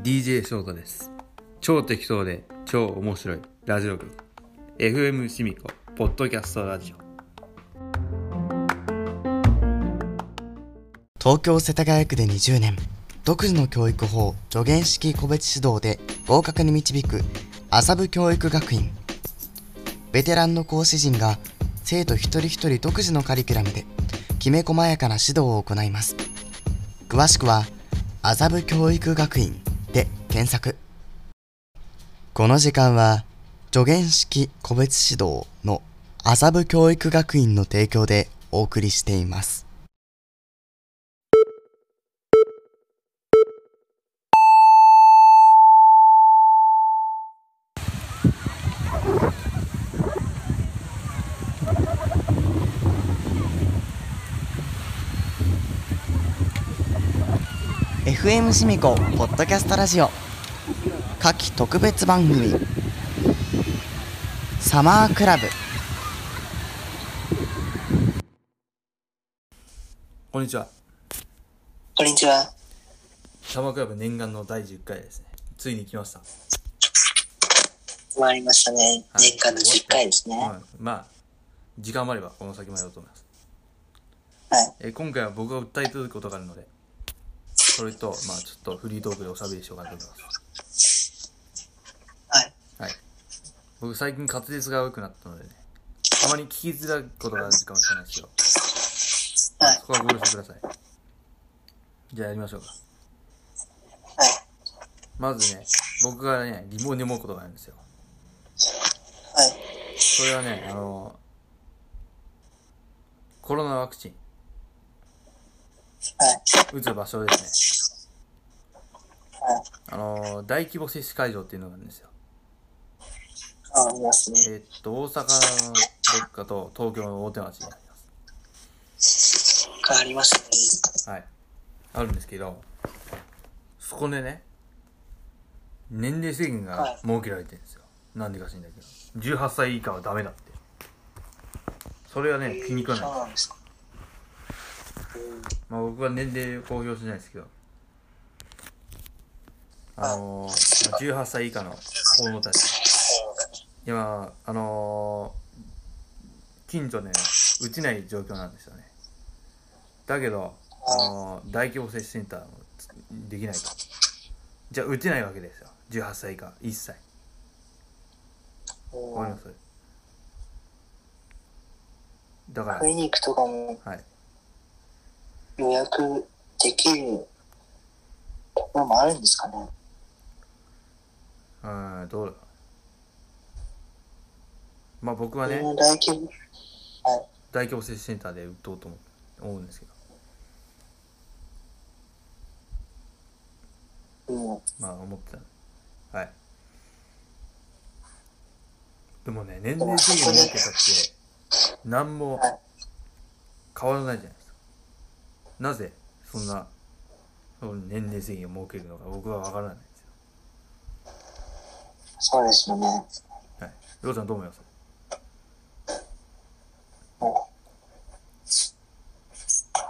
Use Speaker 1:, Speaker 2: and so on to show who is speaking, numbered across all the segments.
Speaker 1: DJ ショートです超適当で超面白いラジオ局 FM シミコポッドキャストラジオ
Speaker 2: 東京世田谷区で20年独自の教育法助言式個別指導で合格に導く麻布教育学院ベテランの講師陣が生徒一人一人独自のカリキュラムできめ細やかな指導を行います詳しくは麻布教育学院で検索この時間は助言式個別指導の麻布教育学院の提供でお送りしていますFM シミコポッドキャストラジオ夏季特別番組サマークラブ
Speaker 1: こんにちは
Speaker 2: こんにちは
Speaker 1: サマークラブ念願の第10回ですねついに来ました
Speaker 2: 回りましたね
Speaker 1: はい
Speaker 2: 年間の10回ですねは
Speaker 1: はいまあ時間もあればこの先もやろうと思います、
Speaker 2: い
Speaker 1: えー今回は僕が訴えてることがあるのでそれとまあちょっとフリートークでおしゃべりしようかなと思います
Speaker 2: はい
Speaker 1: はい。僕最近滑舌が悪くなったのでね、たまに聞きづらいことがあるかもしれないですよ。
Speaker 2: はい
Speaker 1: そこはご了承ください。じゃあやりましょうか。
Speaker 2: はい
Speaker 1: まずね、僕がね、疑問に思うことがあるんですよ。
Speaker 2: はい
Speaker 1: それはね、あの、コロナワクチン
Speaker 2: はい
Speaker 1: 打つ場所ですね。あの、大規模接種会場っていうのがあるんですよ。
Speaker 2: あありますね
Speaker 1: えーっと、大阪のどっかと東京の大手町にあります。
Speaker 2: 変わりましたね
Speaker 1: はい。あるんですけど、そこでね、年齢制限
Speaker 2: は
Speaker 1: が
Speaker 2: い
Speaker 1: 設けられてるんですよ。な、ん、でか知んないけど。18歳以下はダメだって。それはね、気に食わない
Speaker 2: そう。なんですか
Speaker 1: まあ僕は年齢公表しないですけど。あのー、まあ18歳以下の子供たち。今、あのー、近所ね、打ちない状況なんですよね。だけど、あのー、大規模接種センターもつできないと。じゃあ打てないわけですよ。18歳以下、1歳。
Speaker 2: うん
Speaker 1: わかりますだから
Speaker 2: ク、リニックとかも
Speaker 1: はい。
Speaker 2: 予約できるところもあるんですかね
Speaker 1: うーん、どうだまあ僕はね、
Speaker 2: この大規模はい
Speaker 1: 大規模接種センターで打とうと思う思うんですけど、
Speaker 2: うん
Speaker 1: まあ思ってたはい。でもね、年
Speaker 2: でも
Speaker 1: 齢制限を受けたって、何も変わらないじゃないですか。なぜ、そんな、その年齢制限を設けるのか僕は分からないんですよ。
Speaker 2: そうですよね
Speaker 1: はい。りょうちゃんどう思います
Speaker 2: うん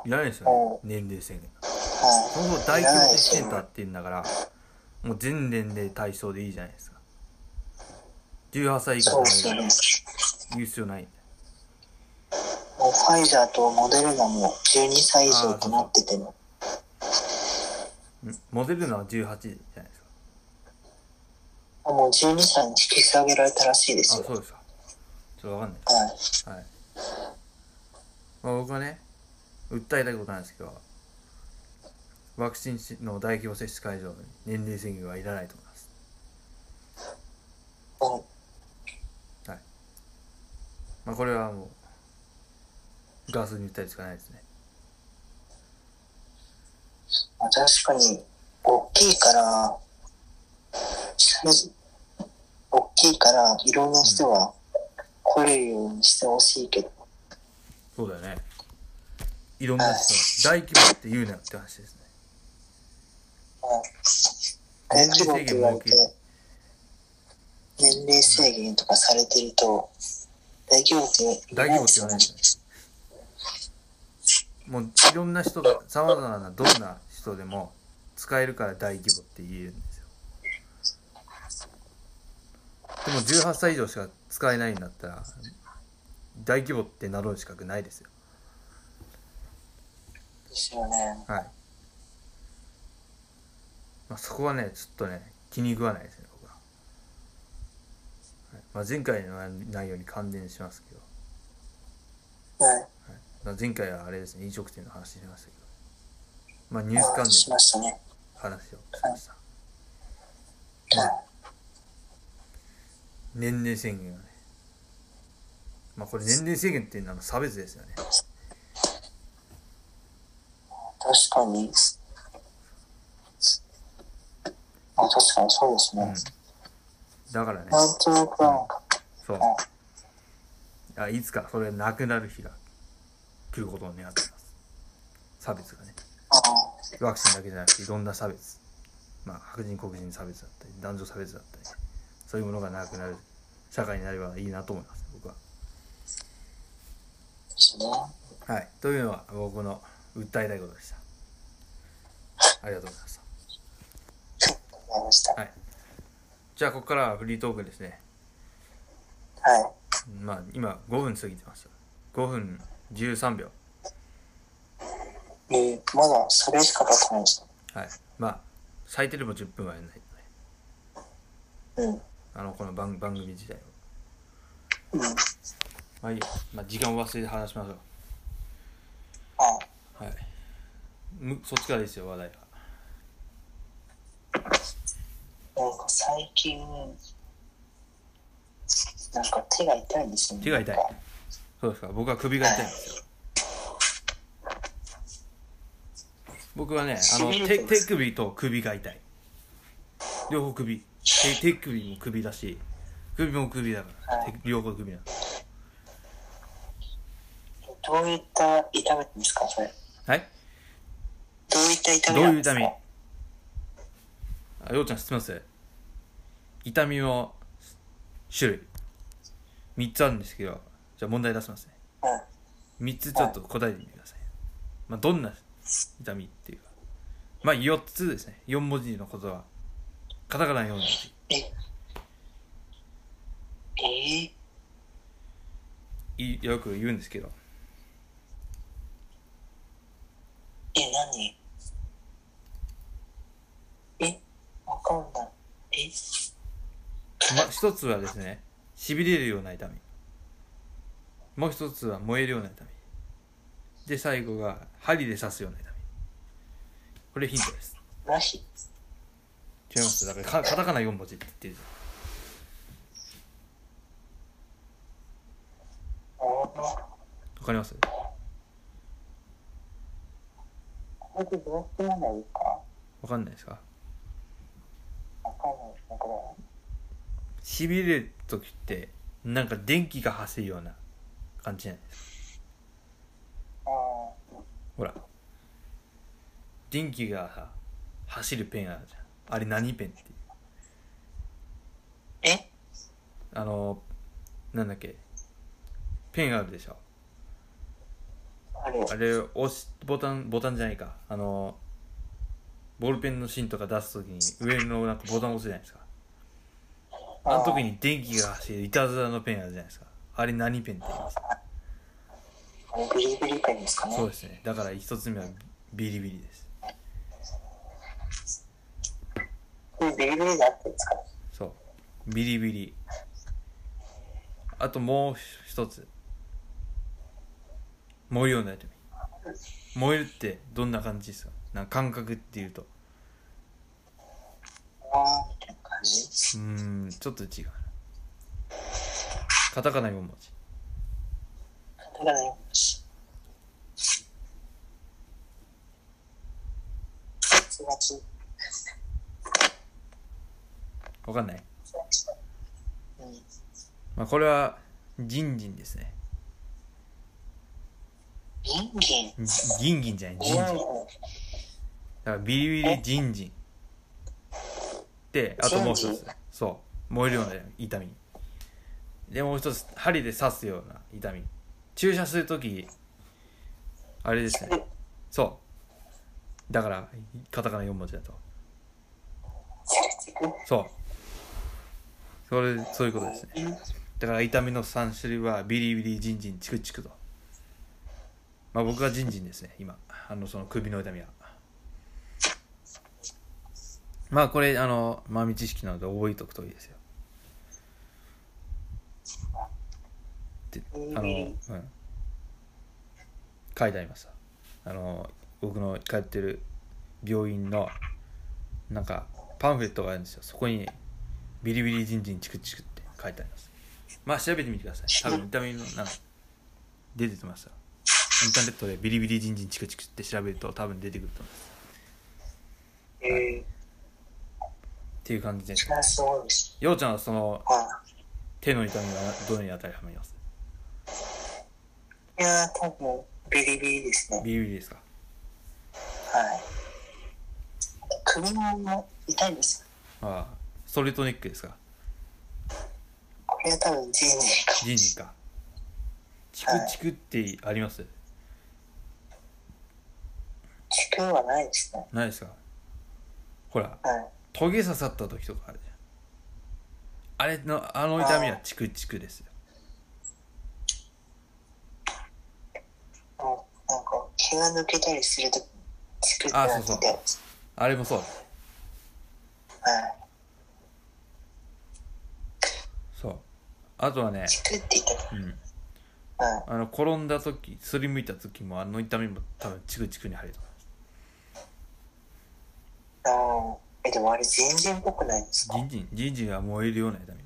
Speaker 1: いらないですよね、年齢制限。
Speaker 2: は
Speaker 1: そもそも大規模接種センターって言うんだから、もう全年齢対象でいいじゃないですか。18歳以
Speaker 2: い
Speaker 1: 下
Speaker 2: そうですよね
Speaker 1: 言う必要ないんで。
Speaker 2: もうファイザーとモデルナも12歳以上となってても、
Speaker 1: んモデルナは18じゃないですか。
Speaker 2: もう12歳に引き下げられたらしいで
Speaker 1: あ、
Speaker 2: すよ。
Speaker 1: そうですか。ちょっとわかんない
Speaker 2: はい。
Speaker 1: です。はい。まあ、僕はね、訴えたいことなんですけど、ワクチンの大規模接種会場に年齢制限はいらないと思います。
Speaker 2: うん
Speaker 1: はい。まあ、これはもう、ガスに訴えるしかないですね。
Speaker 2: まあ、確かに、大きいから、サイズ大きいから、いろんな人が来れるようにしてほしいけど、
Speaker 1: そうだよね。いろんな人、大規模って言うなよって話ですね。
Speaker 2: はい大規模って言われて
Speaker 1: 年齢制限も大、
Speaker 2: 年齢制限とかされてると、大規模って
Speaker 1: 大規模って言わないですね。もういろんな人が、さまざまなどんな人でも使えるから大規模って言えるんですよ。も18歳以上しか使えないんだったら大規模って名乗る資格ないですよ
Speaker 3: ですよね。
Speaker 1: はい、まあ、そこはねちょっとね気に食わないですね僕は、はいまあ、前回の内容に関連しますけど、
Speaker 3: はい。
Speaker 1: まあ、前回はあれですね飲食店の話しましたけどまあニュース関
Speaker 3: あし
Speaker 1: 連の
Speaker 3: ましたね。
Speaker 1: 話をしました
Speaker 3: はい。
Speaker 1: 年齢制限がねまあこれ年齢制限っていうのは差別ですよね
Speaker 3: 確かに。あ、確かにそうですね。
Speaker 1: だからね
Speaker 3: なんとなくなんか、
Speaker 1: そう
Speaker 3: はい
Speaker 1: やいつかそれなくなる日が来ることを願ってます差別がね
Speaker 3: あ
Speaker 1: ワクチンだけじゃなくていろんな差別まあ白人黒人差別だったり男女差別だったりそういうものがなくなる社会になればいいなと思います僕は
Speaker 3: ですね。
Speaker 1: はいというのは僕の訴えたいことでしたありがとうございました
Speaker 3: わかりました。
Speaker 1: はいじゃあここからはフリートークですね
Speaker 3: はい。
Speaker 1: まあ今5分過ぎてました5分13秒
Speaker 3: えー、まだそれしか経ってないですね。
Speaker 1: はいまあ最低でも10分はやんないとね
Speaker 3: うん。
Speaker 1: あのこの番番組自体を
Speaker 3: うん。
Speaker 1: まあいいよ、まあ、時間を忘れて話しましょう
Speaker 3: あ、
Speaker 1: はい。むそっちからですよ、話題は。
Speaker 3: なんか最近、なんか手が痛いんですよね。
Speaker 1: 手が痛い
Speaker 3: なんか。
Speaker 1: そうですか、僕は首が痛いんですよ。僕はね、あの、手手首と首が痛い。両方首。手手首も首だし、首も首だから、手両方首なの。
Speaker 3: どういった痛みですか、それ。
Speaker 1: はい
Speaker 3: どういった痛み
Speaker 1: どう
Speaker 3: ない
Speaker 1: うん
Speaker 3: です
Speaker 1: 痛
Speaker 3: か
Speaker 1: みあ、ようちゃん知ってます痛みの種類。3つあるんですけど、じゃあ問題出しますね。
Speaker 3: うん。
Speaker 1: 3つちょっと答えてみてください、まあ、どんな痛みっていうかまあ4つですね4文字のことはカタカナ4文字
Speaker 3: え、えー、
Speaker 1: いよく言うんですけど
Speaker 3: え、何え、わかんない。え、
Speaker 1: ま1つはですねしびれるような痛みもう1つは燃えるような痛みで最後が針で刺すような痛みこれヒントです
Speaker 3: ラヒ
Speaker 1: 違いますだからかカタカナ4文字って言ってる
Speaker 3: ああ、
Speaker 1: わかります
Speaker 3: これでどうすればいいか
Speaker 1: わかんないですか
Speaker 3: わかんないですね、こ
Speaker 1: しびれる時ってなんか電気が走るような感じじゃないですか
Speaker 3: れは。あ
Speaker 1: ほら電気がさ走るペンあるじゃんあれ何ペンっていう
Speaker 3: あ、え、
Speaker 1: あのなんだっけペンあるでしょ
Speaker 3: あれ、
Speaker 1: あれ押しボタンボタンじゃないかあのボールペンの芯とか出すときに上のなんかボタン押すじゃないですかあの時に電気が走るいたずらのペンあるじゃないですかあれ何ペンって言います
Speaker 3: あれ、ビリビリペンですかね。
Speaker 1: そうですねだから一つ目はビリビリです
Speaker 3: これビリビリだってんですか
Speaker 1: そうビリビリあともう一つ燃えるような痛み燃えるってどんな感じですかなんか感覚っていうと
Speaker 3: わーみたいな感じ
Speaker 1: うーんちょっと違うなカタカナ4文字
Speaker 3: ただね、それがち
Speaker 1: わかんない、
Speaker 3: それがちうん。
Speaker 1: まあ、これはジンジンですね
Speaker 3: ギンギン。
Speaker 1: ギンギンじゃないジンジンだからビリビリジンジンであともう一
Speaker 3: ジンジ
Speaker 1: つそう燃えるような痛みでもう一つ針で刺すような痛み注射するときあれですねそうだからカタカナ4文字だと
Speaker 3: されてく。
Speaker 1: そうそれそういうことですねだから痛みの3種類はビリビリジンジンチクチクとまあ僕はジンジンですね今あのその首の痛みはまあこれあの豆知識なので覚えとくといいですよであの、うん、書いてありましたあの僕の通ってる病院のなんかパンフレットがあるんですよそこにビリビリジンジンチクチクって書いてありますまあ調べてみてください多分見た目のなんか出てきましたインターネットでビリビリジンジンチクチクって調べると多分出てくると思います
Speaker 3: え
Speaker 1: っていう感じで
Speaker 3: ー、力すごいです。
Speaker 1: ようちゃんはその
Speaker 3: は
Speaker 1: 手の痛みはどれに当たりはめます
Speaker 3: い。いやー、多分、ビリビリですね。
Speaker 1: ビリビリですか
Speaker 3: はい。首も痛いです。
Speaker 1: ああストレートネックですか
Speaker 3: これは多分、人事か。
Speaker 1: ジンジンかチクチクってあります
Speaker 3: 地球はないですね。
Speaker 1: ないですかほら
Speaker 3: はい。
Speaker 1: トゲ刺さった時とかあるじゃんあれのあの痛みはチクチクですよ
Speaker 3: もうなんか毛が抜けたりすると作ってなってて
Speaker 1: ああれもそう
Speaker 3: はい
Speaker 1: そうあとはね、
Speaker 3: 作っていたら
Speaker 1: うん、
Speaker 3: はい
Speaker 1: あの転んだ時すりむいた時もあの痛みも多分チクチクに入ると思い
Speaker 3: あーえでもあれ全然っぽくないですか
Speaker 1: ますジンジンジンジンは燃えるような痛みだか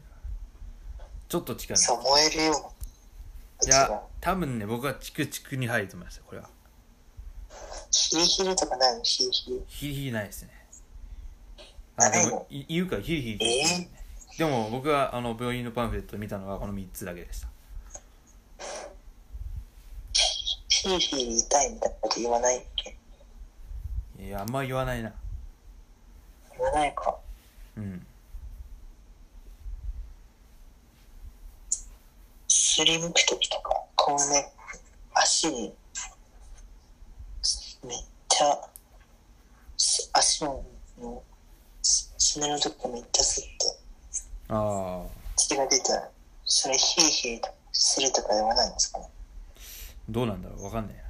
Speaker 1: らちょっと違う
Speaker 3: そう燃えるよう
Speaker 1: い
Speaker 3: な違う
Speaker 1: や多分ね僕はチクチクに入ると思いますよこれは
Speaker 3: ヒリヒリとかないのヒリヒリ
Speaker 1: ヒリヒリないですねあでもい言うからヒリヒリって言うんですねでも僕はあの病院のパンフレット見たのはこの3つだけでした
Speaker 3: ヒリヒリ痛いみたいなこと言わないっけ
Speaker 1: いやあんま言わないな
Speaker 3: 言わないか
Speaker 1: うん
Speaker 3: すりむく時とかこうね足にめっちゃす足をもうすすねのとこめっちゃ吸って
Speaker 1: ああ
Speaker 3: 血が出たら、それヒリヒリとするとか言わないんですかね。
Speaker 1: どうなんだろうわかんないな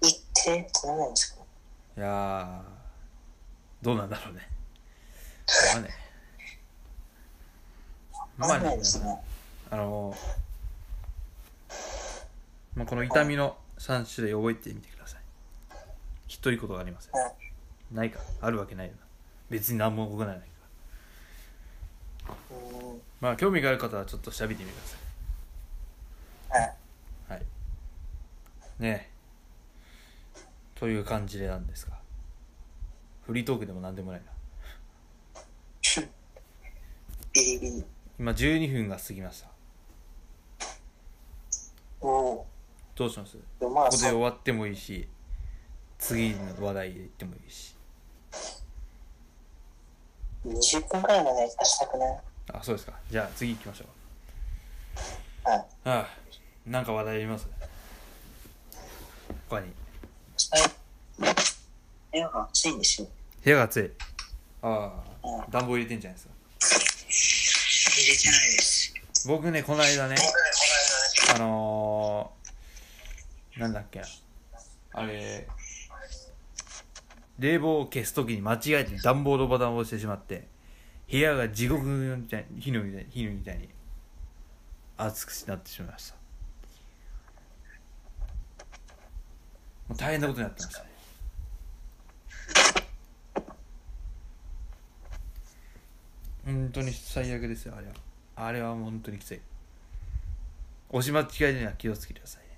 Speaker 3: 言ってってならないんですかね。
Speaker 1: いやーどうなんだろうね。わかんない。ま
Speaker 3: わ
Speaker 1: あ
Speaker 3: かんない
Speaker 1: ね
Speaker 3: で、すね。
Speaker 1: あのまあ、この痛みの3種類覚えてみてください。ひっといことがありますよ
Speaker 3: は
Speaker 1: ないか、あるわけないよな。別に何も起こらないから。
Speaker 3: うーん。
Speaker 1: まあ、興味がある方はちょっと調べてみてくださ
Speaker 3: はい。
Speaker 1: い。はい。ねえ。という感じでなんですが。フリートークでも何でもないな。
Speaker 3: ビリビリ。
Speaker 1: 今12分が過ぎました。
Speaker 3: おお
Speaker 1: どうします
Speaker 3: ー。でもま
Speaker 1: こ
Speaker 3: あ、
Speaker 1: こで終
Speaker 3: そう
Speaker 1: わってもいいし次の話題へ行ってもいいし
Speaker 3: 20分くらいまで出したくない。
Speaker 1: あそうですかじゃあ次行きましょう
Speaker 3: はい。
Speaker 1: ああなんか話題あります他に
Speaker 3: それ、部屋が暑いんですよ。
Speaker 1: 部屋が暑いああ
Speaker 3: う
Speaker 1: 暖房入れてんじゃないですか
Speaker 3: 入れてないです。
Speaker 1: 僕ねこの間ね
Speaker 3: この
Speaker 1: あのー、なんだっけなあれ冷房を消すときに間違えて暖房のボタンを押してしまって部屋が地獄のみたい火のみたい火のみたいに熱くなってしまいましたもう大変なことになってましたね本当に最悪ですよあれはあれはもう本当にきつい押し間違いには気をつけてくださいね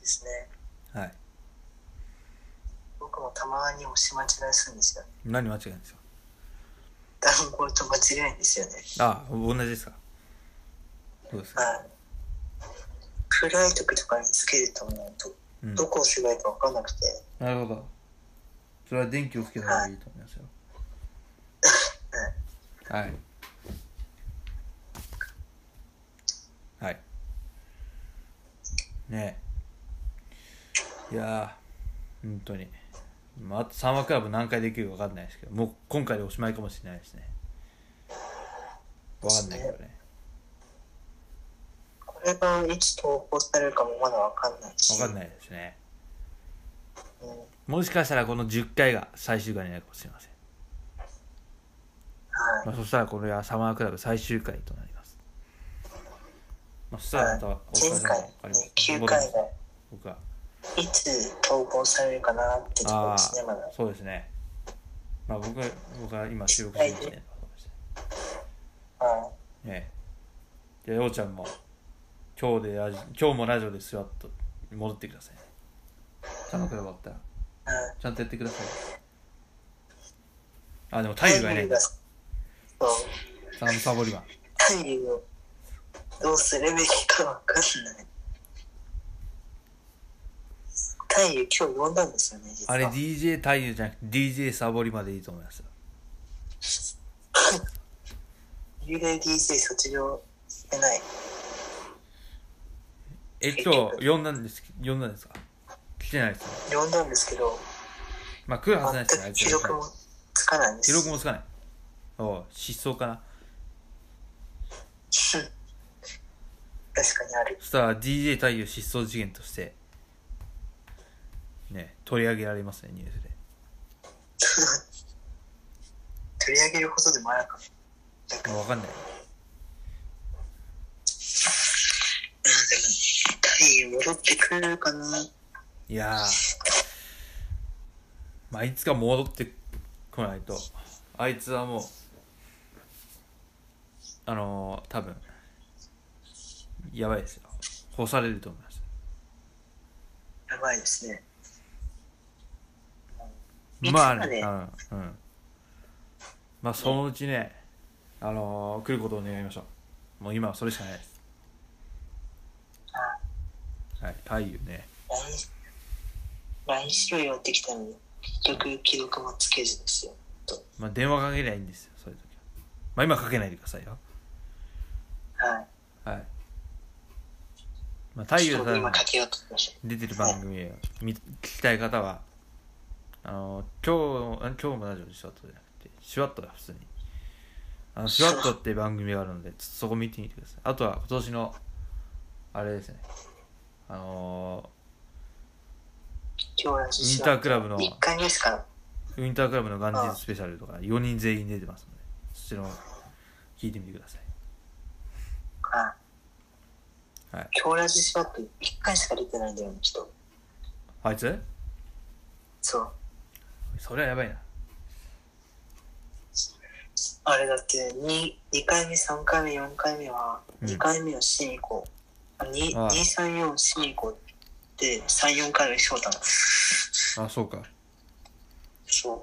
Speaker 3: ですね。
Speaker 1: はい
Speaker 3: 僕もたまに押し間違いするんですよ。
Speaker 1: 何間違えるんですか
Speaker 3: 暖房と間違いんですよね。
Speaker 1: ああ同じですかそうですか
Speaker 3: はい。暗い時とかにつけると思うと、
Speaker 1: うん
Speaker 3: どこ押せばいいか分かんなくて、
Speaker 1: なるほどそれは電気をつけた方がいいと思いますよはいはいねえいやー本当にまああと3話クラブ何回できるか分かんないですけどもう今回でおしまいかもしれないですねわかんないけどね。
Speaker 3: これがいつ投稿されるかもまだわかんないし。
Speaker 1: わかんないですね。
Speaker 3: うんはい。
Speaker 1: もしかしたらこの10回が最終回になるかもしれません。まあ、そしたらこれはサマークラブ最終回となります。まあ、そしたらまたお疲れ
Speaker 3: 前
Speaker 1: 様
Speaker 3: 回、
Speaker 1: あります
Speaker 3: ね、9回が
Speaker 1: 僕は。
Speaker 3: いつ投稿されるかなってところ
Speaker 1: ああ
Speaker 3: ですね、まだ。
Speaker 1: そうですね。まあ僕は僕は今収録してますね。
Speaker 3: はい。
Speaker 1: ええ。で、ようちゃんも今日でラジ今日もラジオですよと戻ってくださいね。サマークラブ終わったら。
Speaker 3: うん
Speaker 1: ちゃんとやってください。あ、でも太陽がいないんだ。
Speaker 3: そう。
Speaker 1: サムサボリマン。
Speaker 3: 太陽をどうするべきかわかんない。太陽今日呼んだんですよね、実は。
Speaker 1: あれ DJ 太陽じゃなくて DJ サボリマでいいと思いますよ。
Speaker 3: 幽霊 DJ 卒業してない。
Speaker 1: え、今日呼んだんです、呼んだんですか来てないですね。
Speaker 3: 呼んだんですけど、
Speaker 1: まあ来るはずないですね、あ
Speaker 3: 全
Speaker 1: い
Speaker 3: く
Speaker 1: つ
Speaker 3: 記録もつかないんで
Speaker 1: 記
Speaker 3: す。
Speaker 1: 録もつかない。おう失踪かな。
Speaker 3: うん確かにある。
Speaker 1: そしたら DJ 太陽失踪事件として、ね、取り上げられますね、ニュースで。
Speaker 3: 取り上げるほどでもなかった。だか
Speaker 1: まあ
Speaker 3: ら、う
Speaker 1: わ
Speaker 3: ん
Speaker 1: かんない。
Speaker 3: でも、太陽戻ってくるかな。
Speaker 1: いやー。まあ、いつか戻ってこないと。あいつはもう、あのー、多分やばいですよ。干されると思います。
Speaker 3: やばいですね。いつ
Speaker 1: まあ
Speaker 3: か
Speaker 1: ね、
Speaker 3: ね
Speaker 1: うん、うん。まあ、そのうちね、あのー、来ることを願いましょう。もう今はそれしかないです。はい、太陽ね。
Speaker 3: 来来週寄ってきたのに、結局記録もつけずですよ。
Speaker 1: まあ、電話かけりゃいいんですよ、そういう時は。まあ、今かけないでくださいよ。
Speaker 3: は
Speaker 1: は
Speaker 3: い。
Speaker 1: い。まあ、太
Speaker 3: ちょ
Speaker 1: 陽
Speaker 3: っと
Speaker 1: さん
Speaker 3: 今
Speaker 1: が
Speaker 3: かけようと思いました。
Speaker 1: 出てる番組を見聞きたい方は、あの、今日の、あ今日もラジオでシュワットじゃなくて、シュワットだ、普通に。あの、シュワットって番組があるので、ちょっとそこ見てみてください。あとは、今年の、あれですね、あの
Speaker 3: 今日らしい
Speaker 1: ウィンタークラブの
Speaker 3: 1回ニュースから。
Speaker 1: ー、ウィンタークラブの元日スペシャルとか、4人全員出てますので、そっちの、聞いてみてください。
Speaker 3: はい
Speaker 1: はい。
Speaker 3: 今日らしいショット1回しか出てないんだよね、ちょっと。
Speaker 1: あいつ
Speaker 3: そう。
Speaker 1: それはやばいな。
Speaker 3: あれだって2、2回目、3回目、4回目は、
Speaker 1: うん
Speaker 3: 2回目は死に行こう。2、
Speaker 1: ああ
Speaker 3: 2、3、4、死に行こうって、3、4回目翔太の。
Speaker 1: あ、そうか。
Speaker 3: そう。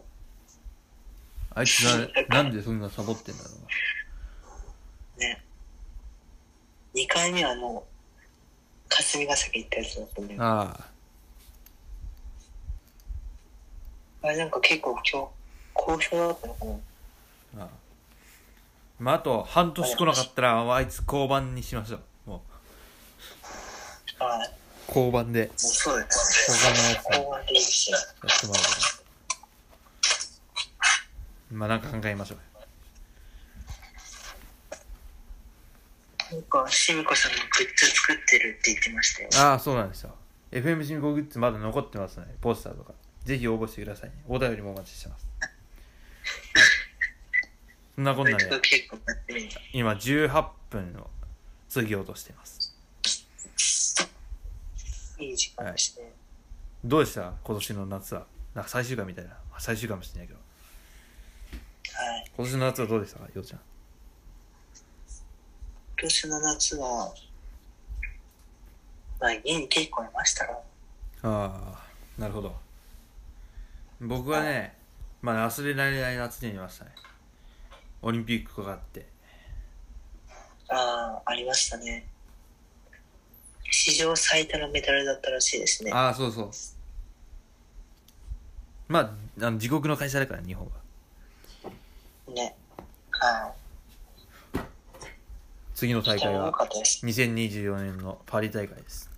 Speaker 1: あいつな、なんでそんなサボってんだろうな。
Speaker 3: ね。2回目はもう、霞ヶ崎行ったやつだったんだよ。
Speaker 1: ああ
Speaker 3: あれなんか結構今日、好評だったのかな。
Speaker 1: ああまああと半年来なかったらあいつ交番にしましょうも
Speaker 3: ああ、もう
Speaker 1: う交番で
Speaker 3: そうです。
Speaker 1: 交番のやつや
Speaker 3: 後半でいいし。
Speaker 1: ってもらおうかなまあなんか考えましょう
Speaker 3: なんか、しみこさんもグッズ作ってるって言ってましたよ。
Speaker 1: ああそうなんですよ FM 進行グッズまだ残ってますのでポスターとかぜひ応募してくださいねお便りもお待ちしてます、はいそんなこ
Speaker 3: こ
Speaker 1: ん
Speaker 3: れ
Speaker 1: な
Speaker 3: とか
Speaker 1: で
Speaker 3: 結構やってみた。
Speaker 1: 今18分を過ぎようとしています
Speaker 3: いい時間ですね。
Speaker 1: どうでした今年の夏はなんか最終回みたいな、まあ、最終回もしれないけど
Speaker 3: はい。
Speaker 1: 今年の夏はどうでしたかようちゃん
Speaker 3: 今年の夏は、まあ家に結構いましたから。
Speaker 1: ああなるほど僕はねまあ忘れられない夏にいましたねオリンピックがあって
Speaker 3: ああ、ありましたね。史上最多のメダルだったらしいですね。
Speaker 1: ああそうそうまああの自国の会社だから日本は
Speaker 3: ね。はい。
Speaker 1: 次の大
Speaker 3: 人
Speaker 1: 会
Speaker 3: 多
Speaker 1: は
Speaker 3: かったです。
Speaker 1: 2024年のパリ大会です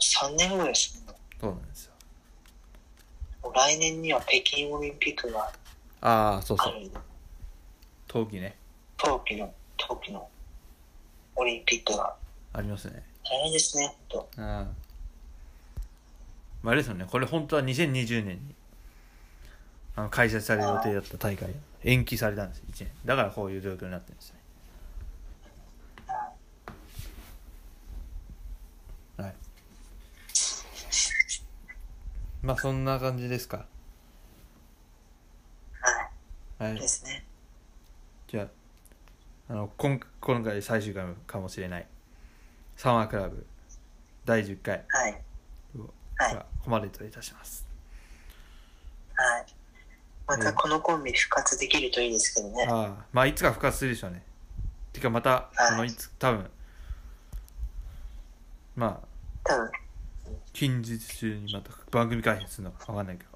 Speaker 3: 3年後ですね。
Speaker 1: そうなんですよ
Speaker 3: もう来年には北京オリンピックが
Speaker 1: ああそう
Speaker 3: あ
Speaker 1: そう
Speaker 3: るんで。
Speaker 1: 冬季ね
Speaker 3: 冬季の、冬季のオリンピックが
Speaker 1: ありますね
Speaker 3: 大変ですね、ほんと。
Speaker 1: うんまあ、あれですよねこれ本当は2020年にあの開催される予定だった大会延期されたんです1年だからこういう状況になってるんですねはいまあそんな感じですか
Speaker 3: は、
Speaker 1: はいい
Speaker 3: ですね。
Speaker 1: じゃああの今今回最終回かもしれないサマークラブ第10回
Speaker 3: はい、はい
Speaker 1: がここまでといたします、
Speaker 3: はい。ま
Speaker 1: ええ
Speaker 3: たこのコンビ復活できるといいですけどね。
Speaker 1: ああまあいつか復活するでしょうねてかまた
Speaker 3: はい
Speaker 1: あのいつ多分まあ
Speaker 3: 多分、
Speaker 1: 近日中にまた番組改編するのか分かんないけど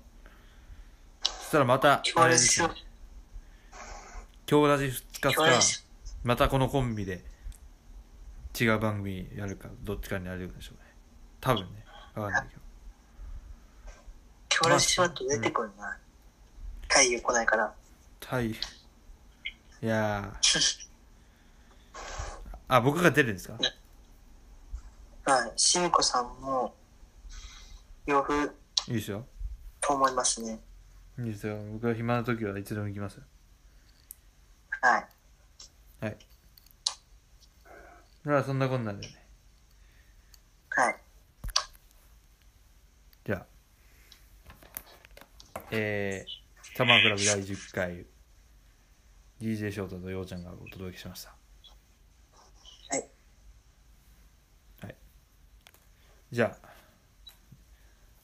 Speaker 1: そしたらまた
Speaker 3: 強
Speaker 1: あれ
Speaker 3: 烈
Speaker 1: です
Speaker 3: し
Speaker 1: よ今日ラジ復活
Speaker 3: 強
Speaker 1: か
Speaker 3: 烈し
Speaker 1: またこのコンビで違う番組やるかどっちかになれるんでしょうね多分ね分かんないけど
Speaker 3: 強烈しまっと出てくるな。太陽来ないから。
Speaker 1: はいいやーあ僕が出るんですか
Speaker 3: はい、しみこさんも、洋風
Speaker 1: いいですよ
Speaker 3: と思いますね。
Speaker 1: いいですよ僕が暇な時はいつでも行きますよ
Speaker 3: はい。
Speaker 1: はい。だからそんなこんなんでね。
Speaker 3: はい。
Speaker 1: じゃあ、えー、サマークラブ第10回、DJ 翔太とようちゃんがお届けしました。
Speaker 3: はい。
Speaker 1: はい。じゃあ、終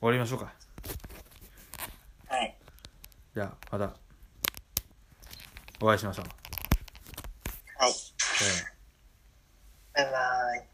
Speaker 1: わりましょうか。
Speaker 3: はい。
Speaker 1: じゃあ、また、お会いしましょう。
Speaker 3: はい。
Speaker 1: さよなら
Speaker 3: バイバイ。